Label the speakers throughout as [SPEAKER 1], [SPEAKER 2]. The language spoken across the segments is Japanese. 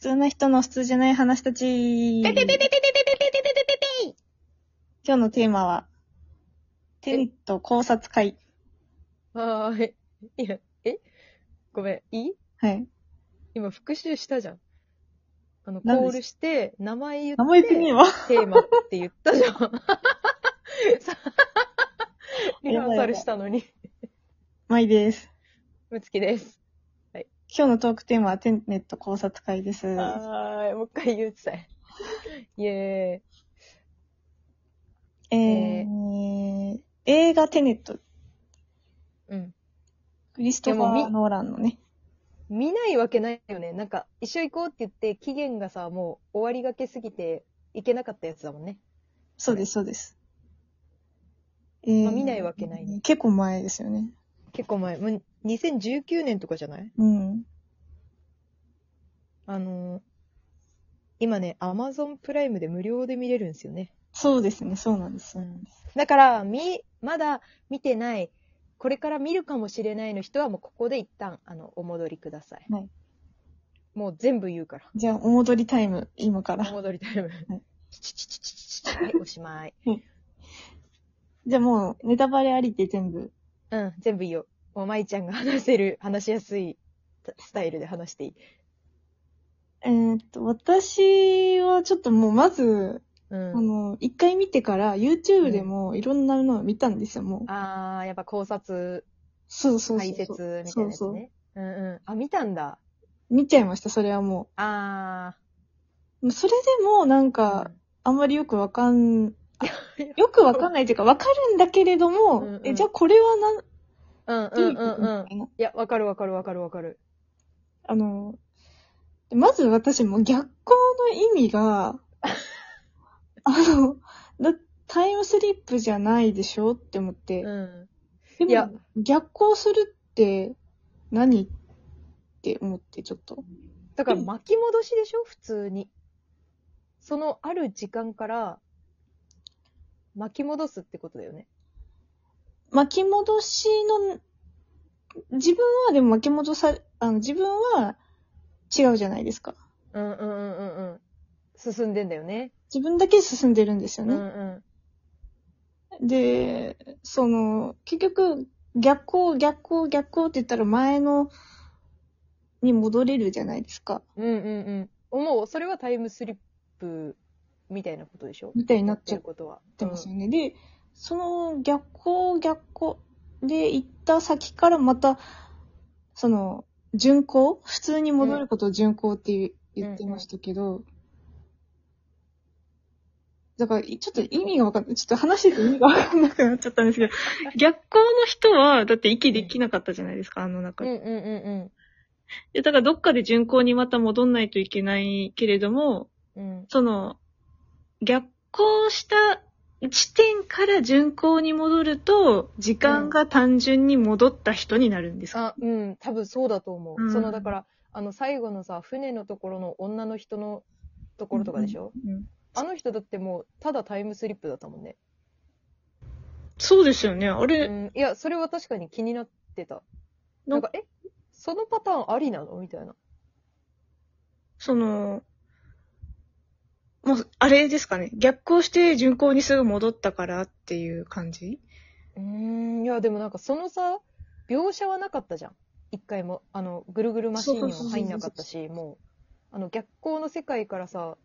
[SPEAKER 1] 通な人の普通じゃない話たち。
[SPEAKER 2] ペペペペペペペペペペペペペペ
[SPEAKER 1] 今日のテーマは、テント考察会。
[SPEAKER 2] はーい。いや、えごめん、いい
[SPEAKER 1] はい。
[SPEAKER 2] 今復習したじゃん。あの、コ
[SPEAKER 1] 何です
[SPEAKER 2] ールして、名前言って、
[SPEAKER 1] 名前的には、
[SPEAKER 2] テーマって言ったじゃん。さリハーサルしたのに。
[SPEAKER 1] まいです。
[SPEAKER 2] むつきです。
[SPEAKER 1] 今日のトークテーマはテンネット考察会です。
[SPEAKER 2] はーい。もう一回言うてたい。イェーイ。
[SPEAKER 1] え
[SPEAKER 2] え
[SPEAKER 1] ー、映画テネット、
[SPEAKER 2] うん。
[SPEAKER 1] クリストフ
[SPEAKER 2] いや
[SPEAKER 1] ァ
[SPEAKER 2] もう
[SPEAKER 1] ー・
[SPEAKER 2] み
[SPEAKER 1] ノーランのね。
[SPEAKER 2] 見ないわけないよね。なんか、一緒行こうって言って、期限がさ、もう終わりがけすぎて、行けなかったやつだもんね。
[SPEAKER 1] そうです、そうです。えー
[SPEAKER 2] まあ見ないわけないね
[SPEAKER 1] 結構前ですよね。
[SPEAKER 2] 結構前。もう2019年とかじゃない
[SPEAKER 1] うん。
[SPEAKER 2] あのー今ね、アマゾンプライムで無料で見れるんですよね。
[SPEAKER 1] そうですね、そうなんです。
[SPEAKER 2] だから、み、まだ見てない、これから見るかもしれないの人はもうここで一旦、あの、お戻りください。
[SPEAKER 1] はい
[SPEAKER 2] もう全部言うから。
[SPEAKER 1] じゃあ、お戻りタイム、今か
[SPEAKER 2] お
[SPEAKER 1] ら。
[SPEAKER 2] 戻りタイム。チチチチチチチはい、おしまい。
[SPEAKER 1] じゃあもう、ネタバレありで全部。
[SPEAKER 2] うん、全部いいよ。もう、舞ちゃんが話せる、話しやすいスタイルで話していい。
[SPEAKER 1] えーっと、私はちょっともうまず、あ
[SPEAKER 2] うん。
[SPEAKER 1] の、一回見てから YouTube でもいろんなのを見たんですよ、もう。
[SPEAKER 2] あー、やっぱ考察、
[SPEAKER 1] そうそうそう。
[SPEAKER 2] 解説みたいなやつね。
[SPEAKER 1] そうそう
[SPEAKER 2] うんうん。あ、見たんだ。
[SPEAKER 1] 見ちゃいました、それはも
[SPEAKER 2] あ
[SPEAKER 1] う。それでもなん
[SPEAKER 2] ー。
[SPEAKER 1] か、あんまりよくわかん
[SPEAKER 2] いや、
[SPEAKER 1] よくわかんないというか、わかるんだけれども、
[SPEAKER 2] うんうん
[SPEAKER 1] え、じゃあこれはなん、
[SPEAKER 2] うんう
[SPEAKER 1] ど
[SPEAKER 2] ん
[SPEAKER 1] ういう
[SPEAKER 2] う
[SPEAKER 1] んこと
[SPEAKER 2] うん
[SPEAKER 1] み。たいな。
[SPEAKER 2] いや、わかるわかるわかるわかる。
[SPEAKER 1] あの、まず私もう逆光の意味 が、あの、だタイムスリップじゃないでしょって思って。
[SPEAKER 2] う
[SPEAKER 1] で
[SPEAKER 2] ん。いや
[SPEAKER 1] も、逆行するって何って思って、ちょっと。
[SPEAKER 2] だから巻き戻しでしょ普通に。そのある時間から巻き戻すってことだよね。
[SPEAKER 1] 巻き戻しの、自分はでも巻き戻さ、あの、自分は違うじゃないですか。
[SPEAKER 2] うんうんうんうんうん。進んでんだよね。
[SPEAKER 1] 自分だけ進んでるんですよ
[SPEAKER 2] うんう
[SPEAKER 1] ね。
[SPEAKER 2] ん。
[SPEAKER 1] で、その、結局、逆行、逆行、逆行って言ったら前の、に戻れるじゃないですか。
[SPEAKER 2] うんうんうん。もう、それはタイムスリップみたいなことでしょ
[SPEAKER 1] みたいになっちゃ
[SPEAKER 2] る
[SPEAKER 1] っ
[SPEAKER 2] ことは。
[SPEAKER 1] てますよね。で、その逆行、逆行で行った先からまた、その、巡行普通に戻ることを巡行って言う言ってましたけど、だから、いちょっと意味がわかんない。ちょっと話してて意味がわかんなくなっちゃったんですけ ど、逆行の人は、だって息できなかったじゃないですか、あの中
[SPEAKER 2] うん
[SPEAKER 1] で。
[SPEAKER 2] うんうん
[SPEAKER 1] でだからどっかで巡行にまた戻んないといけないけれども、
[SPEAKER 2] うん。うん。
[SPEAKER 1] その、逆行した地点から巡行に戻ると、時間が単純に戻った人になるんですか、
[SPEAKER 2] あ、うん、多分そうだと思う。
[SPEAKER 1] うん
[SPEAKER 2] その、だから、あの、最後のさ、船のところの女の人のところとかでしょ、
[SPEAKER 1] うん
[SPEAKER 2] あの人だってもう、ただタイムスリップだったもんね。
[SPEAKER 1] そうですよね。あ
[SPEAKER 2] う
[SPEAKER 1] れ、
[SPEAKER 2] ん。いや、それは確かに気になってた。なんか、えそのパターンありなのみたいな。
[SPEAKER 1] その、もう、あれですかね。逆行して巡行にすぐ戻ったからっていう感じ
[SPEAKER 2] うーん、いや、でもなんかそのさ、描写はなかったじゃん。一回も。あの、ぐるぐるマシーンにも入んなかったし、もう、あの、逆光の世界からさ、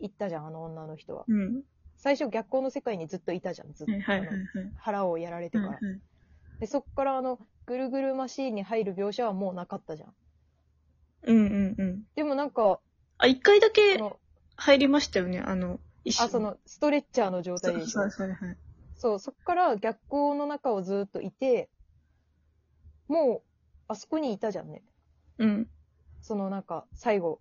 [SPEAKER 2] 行ったじゃん、あの女の人は。
[SPEAKER 1] うん。
[SPEAKER 2] 最初逆光の世界にずっといたじゃん、ずっと。
[SPEAKER 1] はいはいはい
[SPEAKER 2] あの腹をやられてから。で、そっからあの、ぐるぐるマシーンに入る描写はもうなかったじゃん。
[SPEAKER 1] うんうんうん。
[SPEAKER 2] でもなんか、
[SPEAKER 1] あ、一回だ
[SPEAKER 2] あ
[SPEAKER 1] け
[SPEAKER 2] の、
[SPEAKER 1] 入りましたよね。あの、一緒
[SPEAKER 2] あ、そ、の、ストレッチャーの状
[SPEAKER 1] そ
[SPEAKER 2] 態
[SPEAKER 1] う
[SPEAKER 2] でし
[SPEAKER 1] そ
[SPEAKER 2] ょ
[SPEAKER 1] うそうはい。
[SPEAKER 2] そう、そっから逆光の中をずっといて、もう、あそこにいたじゃんね。
[SPEAKER 1] うん。
[SPEAKER 2] そのなんか、最後、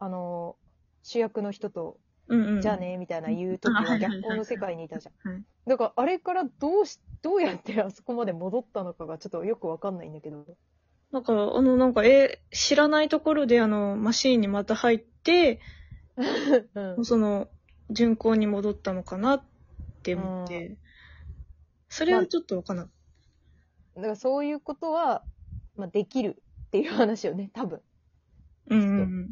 [SPEAKER 2] あのー主役の人と、
[SPEAKER 1] うんうん。
[SPEAKER 2] じゃあ。ね、みたいな言うとき
[SPEAKER 1] あは
[SPEAKER 2] はい
[SPEAKER 1] はいはい
[SPEAKER 2] 逆光の世界にいたじゃ
[SPEAKER 1] はい
[SPEAKER 2] ん。だから、あれからどうし、どうやってあそこまで戻ったのかがちょっとよくわかんないんだけど。
[SPEAKER 1] なんか、あの、なんか、え、知らないところで、あの、マシーンにまた入って、
[SPEAKER 2] うん。
[SPEAKER 1] その、巡航に戻ったのかなって思って、それはちょっとわかんない。
[SPEAKER 2] だからそういうことは、まあ、できるっていう話よね、多分。
[SPEAKER 1] うんうん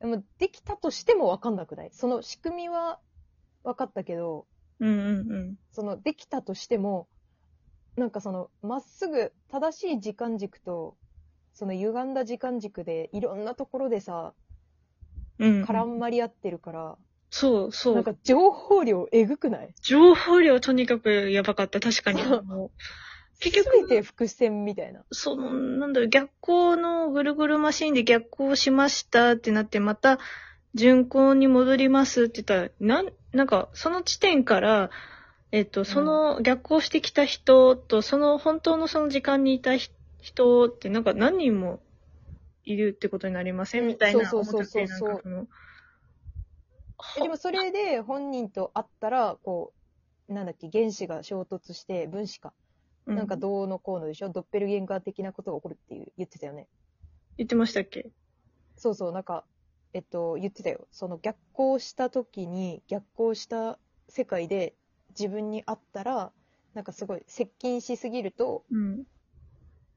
[SPEAKER 2] でも、できたとしてもわかんなくないその仕組みは分かったけど、
[SPEAKER 1] うん。うんうんうん。
[SPEAKER 2] その、できたとしても、なんかその、まっすぐ、正しい時間軸と、その歪んだ時間軸で、いろんなところでさ、
[SPEAKER 1] うんうん
[SPEAKER 2] 絡まり合ってるから、
[SPEAKER 1] そうそ
[SPEAKER 2] なん
[SPEAKER 1] う。
[SPEAKER 2] か情報量えぐくない
[SPEAKER 1] 情報量とにかくやばかった、確か に。
[SPEAKER 2] そう
[SPEAKER 1] あの結
[SPEAKER 2] 結
[SPEAKER 1] 局
[SPEAKER 2] 局。て伏線みたいな。
[SPEAKER 1] その、なんだろう、逆光のぐるぐるマシーンで逆光しましたってなって、また、巡航に戻りますって言ったら、なん、なんか、その地点から、えっと、その逆行してきた人と、その本当のその時間にいたひ人って、なんか何人もいるってことになりませんみたいな。
[SPEAKER 2] そうそうそうそうそう
[SPEAKER 1] 思っててなんか
[SPEAKER 2] え
[SPEAKER 1] そ
[SPEAKER 2] で
[SPEAKER 1] の
[SPEAKER 2] もそれで本人と会ったら、こう、なんだっけ、原子が衝突して、分子か。
[SPEAKER 1] は
[SPEAKER 2] なんか
[SPEAKER 1] う
[SPEAKER 2] どうのこうのでしょ、ドッペルゲンガー的なことが起こるっていう言ってたよね。
[SPEAKER 1] 言ってましたっけ
[SPEAKER 2] そうそう、なんか、えっと、言ってたよ。その逆行した時に、逆行した世界で自分に会ったら、なんかすごい接近しすぎると、
[SPEAKER 1] うん。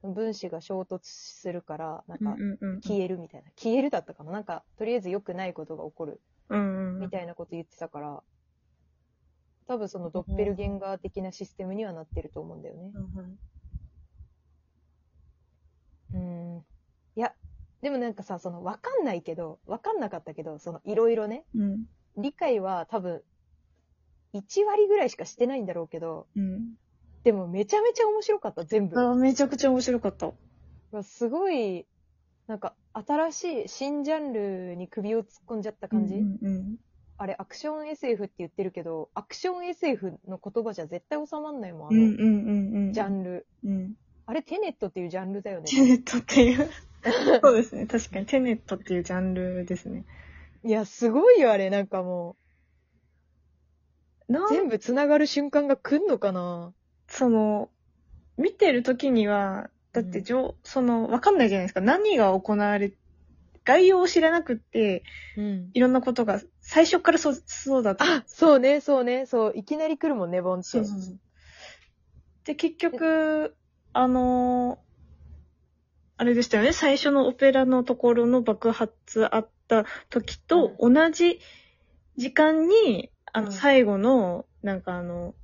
[SPEAKER 2] 分子が衝突するから、なん
[SPEAKER 1] うん
[SPEAKER 2] か
[SPEAKER 1] うんうん。
[SPEAKER 2] 消えるみたいな。消えるだったかななんか、とりあえず良くないことが起こる
[SPEAKER 1] うんうん
[SPEAKER 2] み。たいなこと言ってたから、多分そのドッペルゲンガー的なシステムにはなってると思うんだよね。うん。いや、でもなんかさ、その、わかんないけど、わかんなかったけど、その、いろいろね、
[SPEAKER 1] うん。
[SPEAKER 2] 理解は多分、1割ぐらいしかしてないんだろうけど、
[SPEAKER 1] うん。
[SPEAKER 2] でもめちゃめちゃ面白かった、全部。
[SPEAKER 1] あめちゃくちゃ面白かった。
[SPEAKER 2] わすごい、なんか、新しい、新ジャンルに首を突っ込んじゃった感じ、
[SPEAKER 1] うんうん
[SPEAKER 2] あれ、アクション SF って言ってるけど、アクション SF の言葉じゃ絶対収まんないもん、あ
[SPEAKER 1] うん。うん
[SPEAKER 2] の、
[SPEAKER 1] うんうんうん。
[SPEAKER 2] ジャンル。
[SPEAKER 1] うん。
[SPEAKER 2] あれ、テネットっていうジャンルだよね。
[SPEAKER 1] テネットって いう。そうですね。確かにテネットっていうジャンルですね。
[SPEAKER 2] いや、すごいよ、あれ、なんかも
[SPEAKER 1] な
[SPEAKER 2] う、
[SPEAKER 1] ん
[SPEAKER 2] 全部繋がる瞬間が来んのかな
[SPEAKER 1] その、見てる時には、だってじょ、その、わかんないじゃないですか。何が行われ、概要を知らなくって、
[SPEAKER 2] うん。
[SPEAKER 1] いろんなことが最初からそう、そうだった。
[SPEAKER 2] あ、そうね、そうね、そう、いきなり来るもんね、ボンって。
[SPEAKER 1] そうそうそう。で、結局、あのーあれでしたよね。最初のオペラのところの爆発あった時と同じ時間に、あ
[SPEAKER 2] う
[SPEAKER 1] の、
[SPEAKER 2] ん
[SPEAKER 1] 最後の、なんかあの、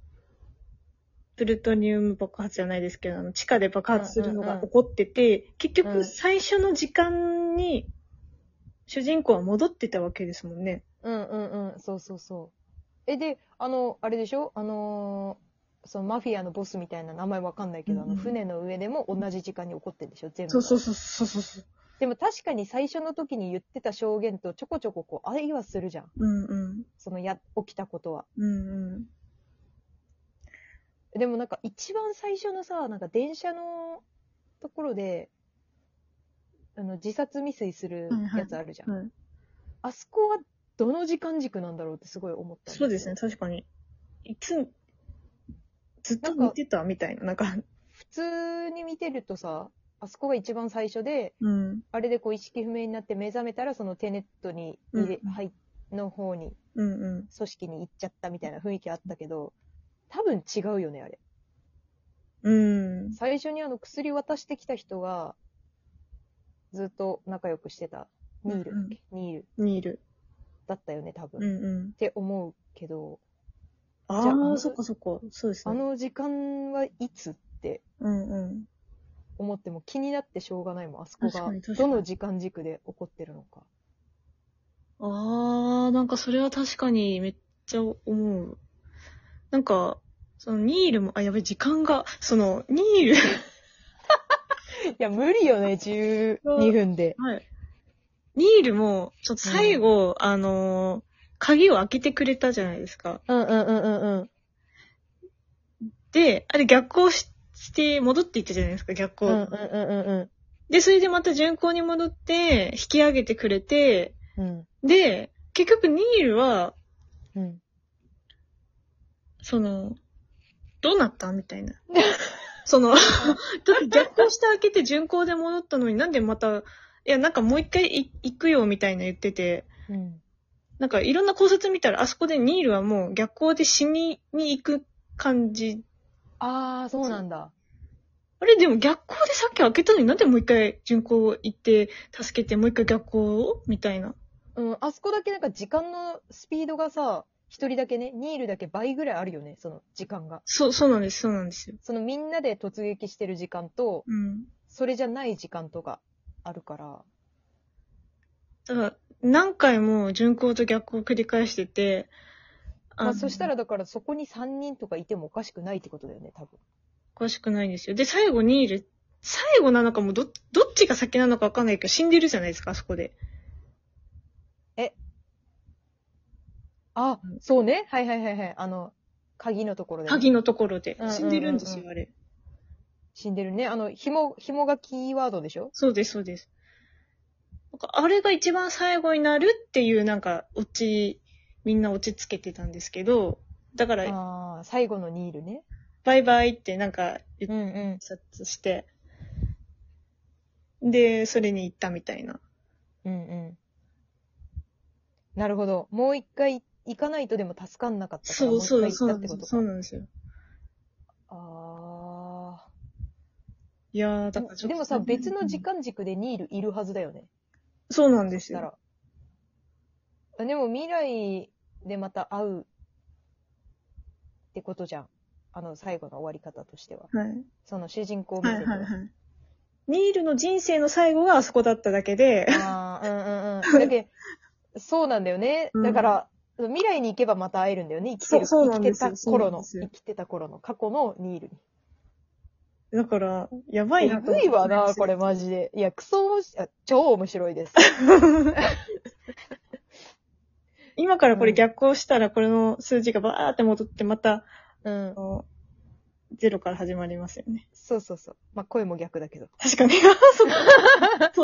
[SPEAKER 1] プルトニウム爆発じゃないですけど、あの地下で爆発するの
[SPEAKER 2] うんう
[SPEAKER 1] が
[SPEAKER 2] んうん
[SPEAKER 1] 起こってて、結
[SPEAKER 2] う
[SPEAKER 1] 局
[SPEAKER 2] ん
[SPEAKER 1] 最初の時間に、主人公は戻ってたわけですもんね。
[SPEAKER 2] うんうんうん、そうそうそう。え、で、あの、あれでしょあのーそのマフィアのボスみたいな名前わかんないけ
[SPEAKER 1] うん
[SPEAKER 2] ど、
[SPEAKER 1] うん
[SPEAKER 2] あの、船の上でも同じ時間に起こってるでしょ全部。
[SPEAKER 1] そうそうそうそうそうそう。
[SPEAKER 2] でも確かに最初の時に言ってた証言とちょこちょここう、愛はするじゃん。
[SPEAKER 1] うんうん。
[SPEAKER 2] そのや、起きたことは。
[SPEAKER 1] うんうん。
[SPEAKER 2] でもなんか一番最初のさ、なんか電車のところで、あの、自殺未遂するやつあるじゃん。
[SPEAKER 1] はいはいはい
[SPEAKER 2] あそこはどの時間軸なんだろうってすごい思ったんだけど
[SPEAKER 1] そうですね、。確かに。いつ、ずっと見てたみたいな、なんか。
[SPEAKER 2] 普通に見てるとさ、あそこが一番最初で、
[SPEAKER 1] うん。
[SPEAKER 2] あれでこう意識不明になって目覚めたら、そのテネットに入れ、
[SPEAKER 1] うん
[SPEAKER 2] はい、の方に、
[SPEAKER 1] うんうん。
[SPEAKER 2] 組織に行っちゃったみたいな雰囲気あったけど、多分違うよね、あれ。
[SPEAKER 1] うん。
[SPEAKER 2] 最初にあの薬渡してきた人が、ずっと仲良くしてた、ニールだっけ、ニール
[SPEAKER 1] にいる。
[SPEAKER 2] だったよね、多分。
[SPEAKER 1] う
[SPEAKER 2] っ
[SPEAKER 1] んうん。
[SPEAKER 2] て思うけど、じゃああ
[SPEAKER 1] ああ、
[SPEAKER 2] の
[SPEAKER 1] そっかそっか。そうです
[SPEAKER 2] あ
[SPEAKER 1] ね。
[SPEAKER 2] の時間はいつって
[SPEAKER 1] うんうん。
[SPEAKER 2] 思っても気になってしょうがないもん、あそこ
[SPEAKER 1] 確
[SPEAKER 2] が
[SPEAKER 1] かに確か
[SPEAKER 2] ど
[SPEAKER 1] に
[SPEAKER 2] の時間軸で起こってるのか。
[SPEAKER 1] ああ、なんかそれは確かにめっちゃ思う。なんか、そのニールも、あ、やべ、時間が、その、ニール。
[SPEAKER 2] いや、無理よね、12分で。
[SPEAKER 1] はい。ニールも、ちょっと最後、あのー鍵を開けてくれたじゃないですか。
[SPEAKER 2] うんうんうんうんうん。
[SPEAKER 1] で、あれ逆行しして戻っていったじゃないですか、逆行。
[SPEAKER 2] うんうんうんうん
[SPEAKER 1] で、それでまた巡航に戻って、引き上げてくれて、
[SPEAKER 2] うん。
[SPEAKER 1] で、結局ニールは、
[SPEAKER 2] うん。
[SPEAKER 1] その、どうなったみたいな。その、だって逆行して開けて巡航で戻ったのになんでまた、いや、なんかもう一回い行くよみたいな言ってて、
[SPEAKER 2] うん。
[SPEAKER 1] なんかいろんな考察見たら、あそこでニールはもう逆行で死にに行く感じ。
[SPEAKER 2] ああ、そうなんだ。
[SPEAKER 1] ああれ、でも逆光でさっき開けたのになんでもう一回巡行行って、助けて、もう一回逆光をみたいな。
[SPEAKER 2] うん、あそこだけなんか時間のスピードがさ、一人だけね、ニールだけ倍ぐらいあるよね、その時間が。
[SPEAKER 1] そう、そうなんです、そうなんですよ。
[SPEAKER 2] そのみんなで突撃してる時間と、
[SPEAKER 1] うん。
[SPEAKER 2] それじゃない時間とかあるから。
[SPEAKER 1] だから、何回も巡行と逆光を繰り返してて、
[SPEAKER 2] まあそした
[SPEAKER 1] ら、
[SPEAKER 2] らだからそこに3人とかいてもおかしくないってことだよね、多分。
[SPEAKER 1] おかしくないんですよ。で、最後にいる、最後なのかもど、どっちが先なのかわかんないけど、死んでるじゃないですか、あそこで。
[SPEAKER 2] あ、そうね。はいはいはいはい。あの、鍵のところで、
[SPEAKER 1] 鍵のところで
[SPEAKER 2] うんうんうんう。ん
[SPEAKER 1] 死んでるんですよ、あれ。
[SPEAKER 2] 死んでるね。あの、紐、紐がキーワードでしょ
[SPEAKER 1] そうです、そうです。なんかあれが一番最後になるっていう、なんか、オチ、みんな落ち着けてたんですけど、だから、
[SPEAKER 2] ああ、最後のニールね。
[SPEAKER 1] バイバイってなんか、言っ
[SPEAKER 2] うんうん。
[SPEAKER 1] 自殺して、で、それに行ったみたいな。
[SPEAKER 2] うんうん。なるほど。もう一回行かないとでも助かんなかったから、
[SPEAKER 1] そ
[SPEAKER 2] もう
[SPEAKER 1] う
[SPEAKER 2] 一
[SPEAKER 1] そう
[SPEAKER 2] 回
[SPEAKER 1] そ
[SPEAKER 2] 行
[SPEAKER 1] う
[SPEAKER 2] っ
[SPEAKER 1] な
[SPEAKER 2] たっ
[SPEAKER 1] ん
[SPEAKER 2] て
[SPEAKER 1] ですよ。
[SPEAKER 2] こと
[SPEAKER 1] そ
[SPEAKER 2] か
[SPEAKER 1] う。なんですよ。
[SPEAKER 2] あ
[SPEAKER 1] いやー、だから
[SPEAKER 2] あ。でもさ、別の時
[SPEAKER 1] 間。
[SPEAKER 2] 間軸でニールいるはずだよね。
[SPEAKER 1] そうなんです
[SPEAKER 2] だ
[SPEAKER 1] よ。
[SPEAKER 2] から。でも未来でまた会うってことじゃん。あの、最後の終わり方としては。
[SPEAKER 1] はい。
[SPEAKER 2] その主人公目
[SPEAKER 1] は
[SPEAKER 2] 線
[SPEAKER 1] い
[SPEAKER 2] で
[SPEAKER 1] はいはい。ニールの人生の最後があそこだっただけで、
[SPEAKER 2] ああ、うんうんうん。だけどそうなんだよね。
[SPEAKER 1] うん
[SPEAKER 2] だから、未来に行けばまた会えるんだよね。生きてる、
[SPEAKER 1] そうそうな
[SPEAKER 2] 生
[SPEAKER 1] ん
[SPEAKER 2] き
[SPEAKER 1] で
[SPEAKER 2] て
[SPEAKER 1] すよ
[SPEAKER 2] た頃の、
[SPEAKER 1] そうなん
[SPEAKER 2] 生きてた頃の、過去のニールに。
[SPEAKER 1] だから、やばい
[SPEAKER 2] え
[SPEAKER 1] なと
[SPEAKER 2] ぐ
[SPEAKER 1] 思って
[SPEAKER 2] いわな、これ。マジで。いや、クソ面白い、あ超面白いです。
[SPEAKER 1] 今からこれ逆行したら、これの数字がバーって戻って、また、
[SPEAKER 2] うん
[SPEAKER 1] あ。のゼロから始まりますよね。
[SPEAKER 2] そうそうそう。まあ、声も逆だけど。
[SPEAKER 1] 確かに。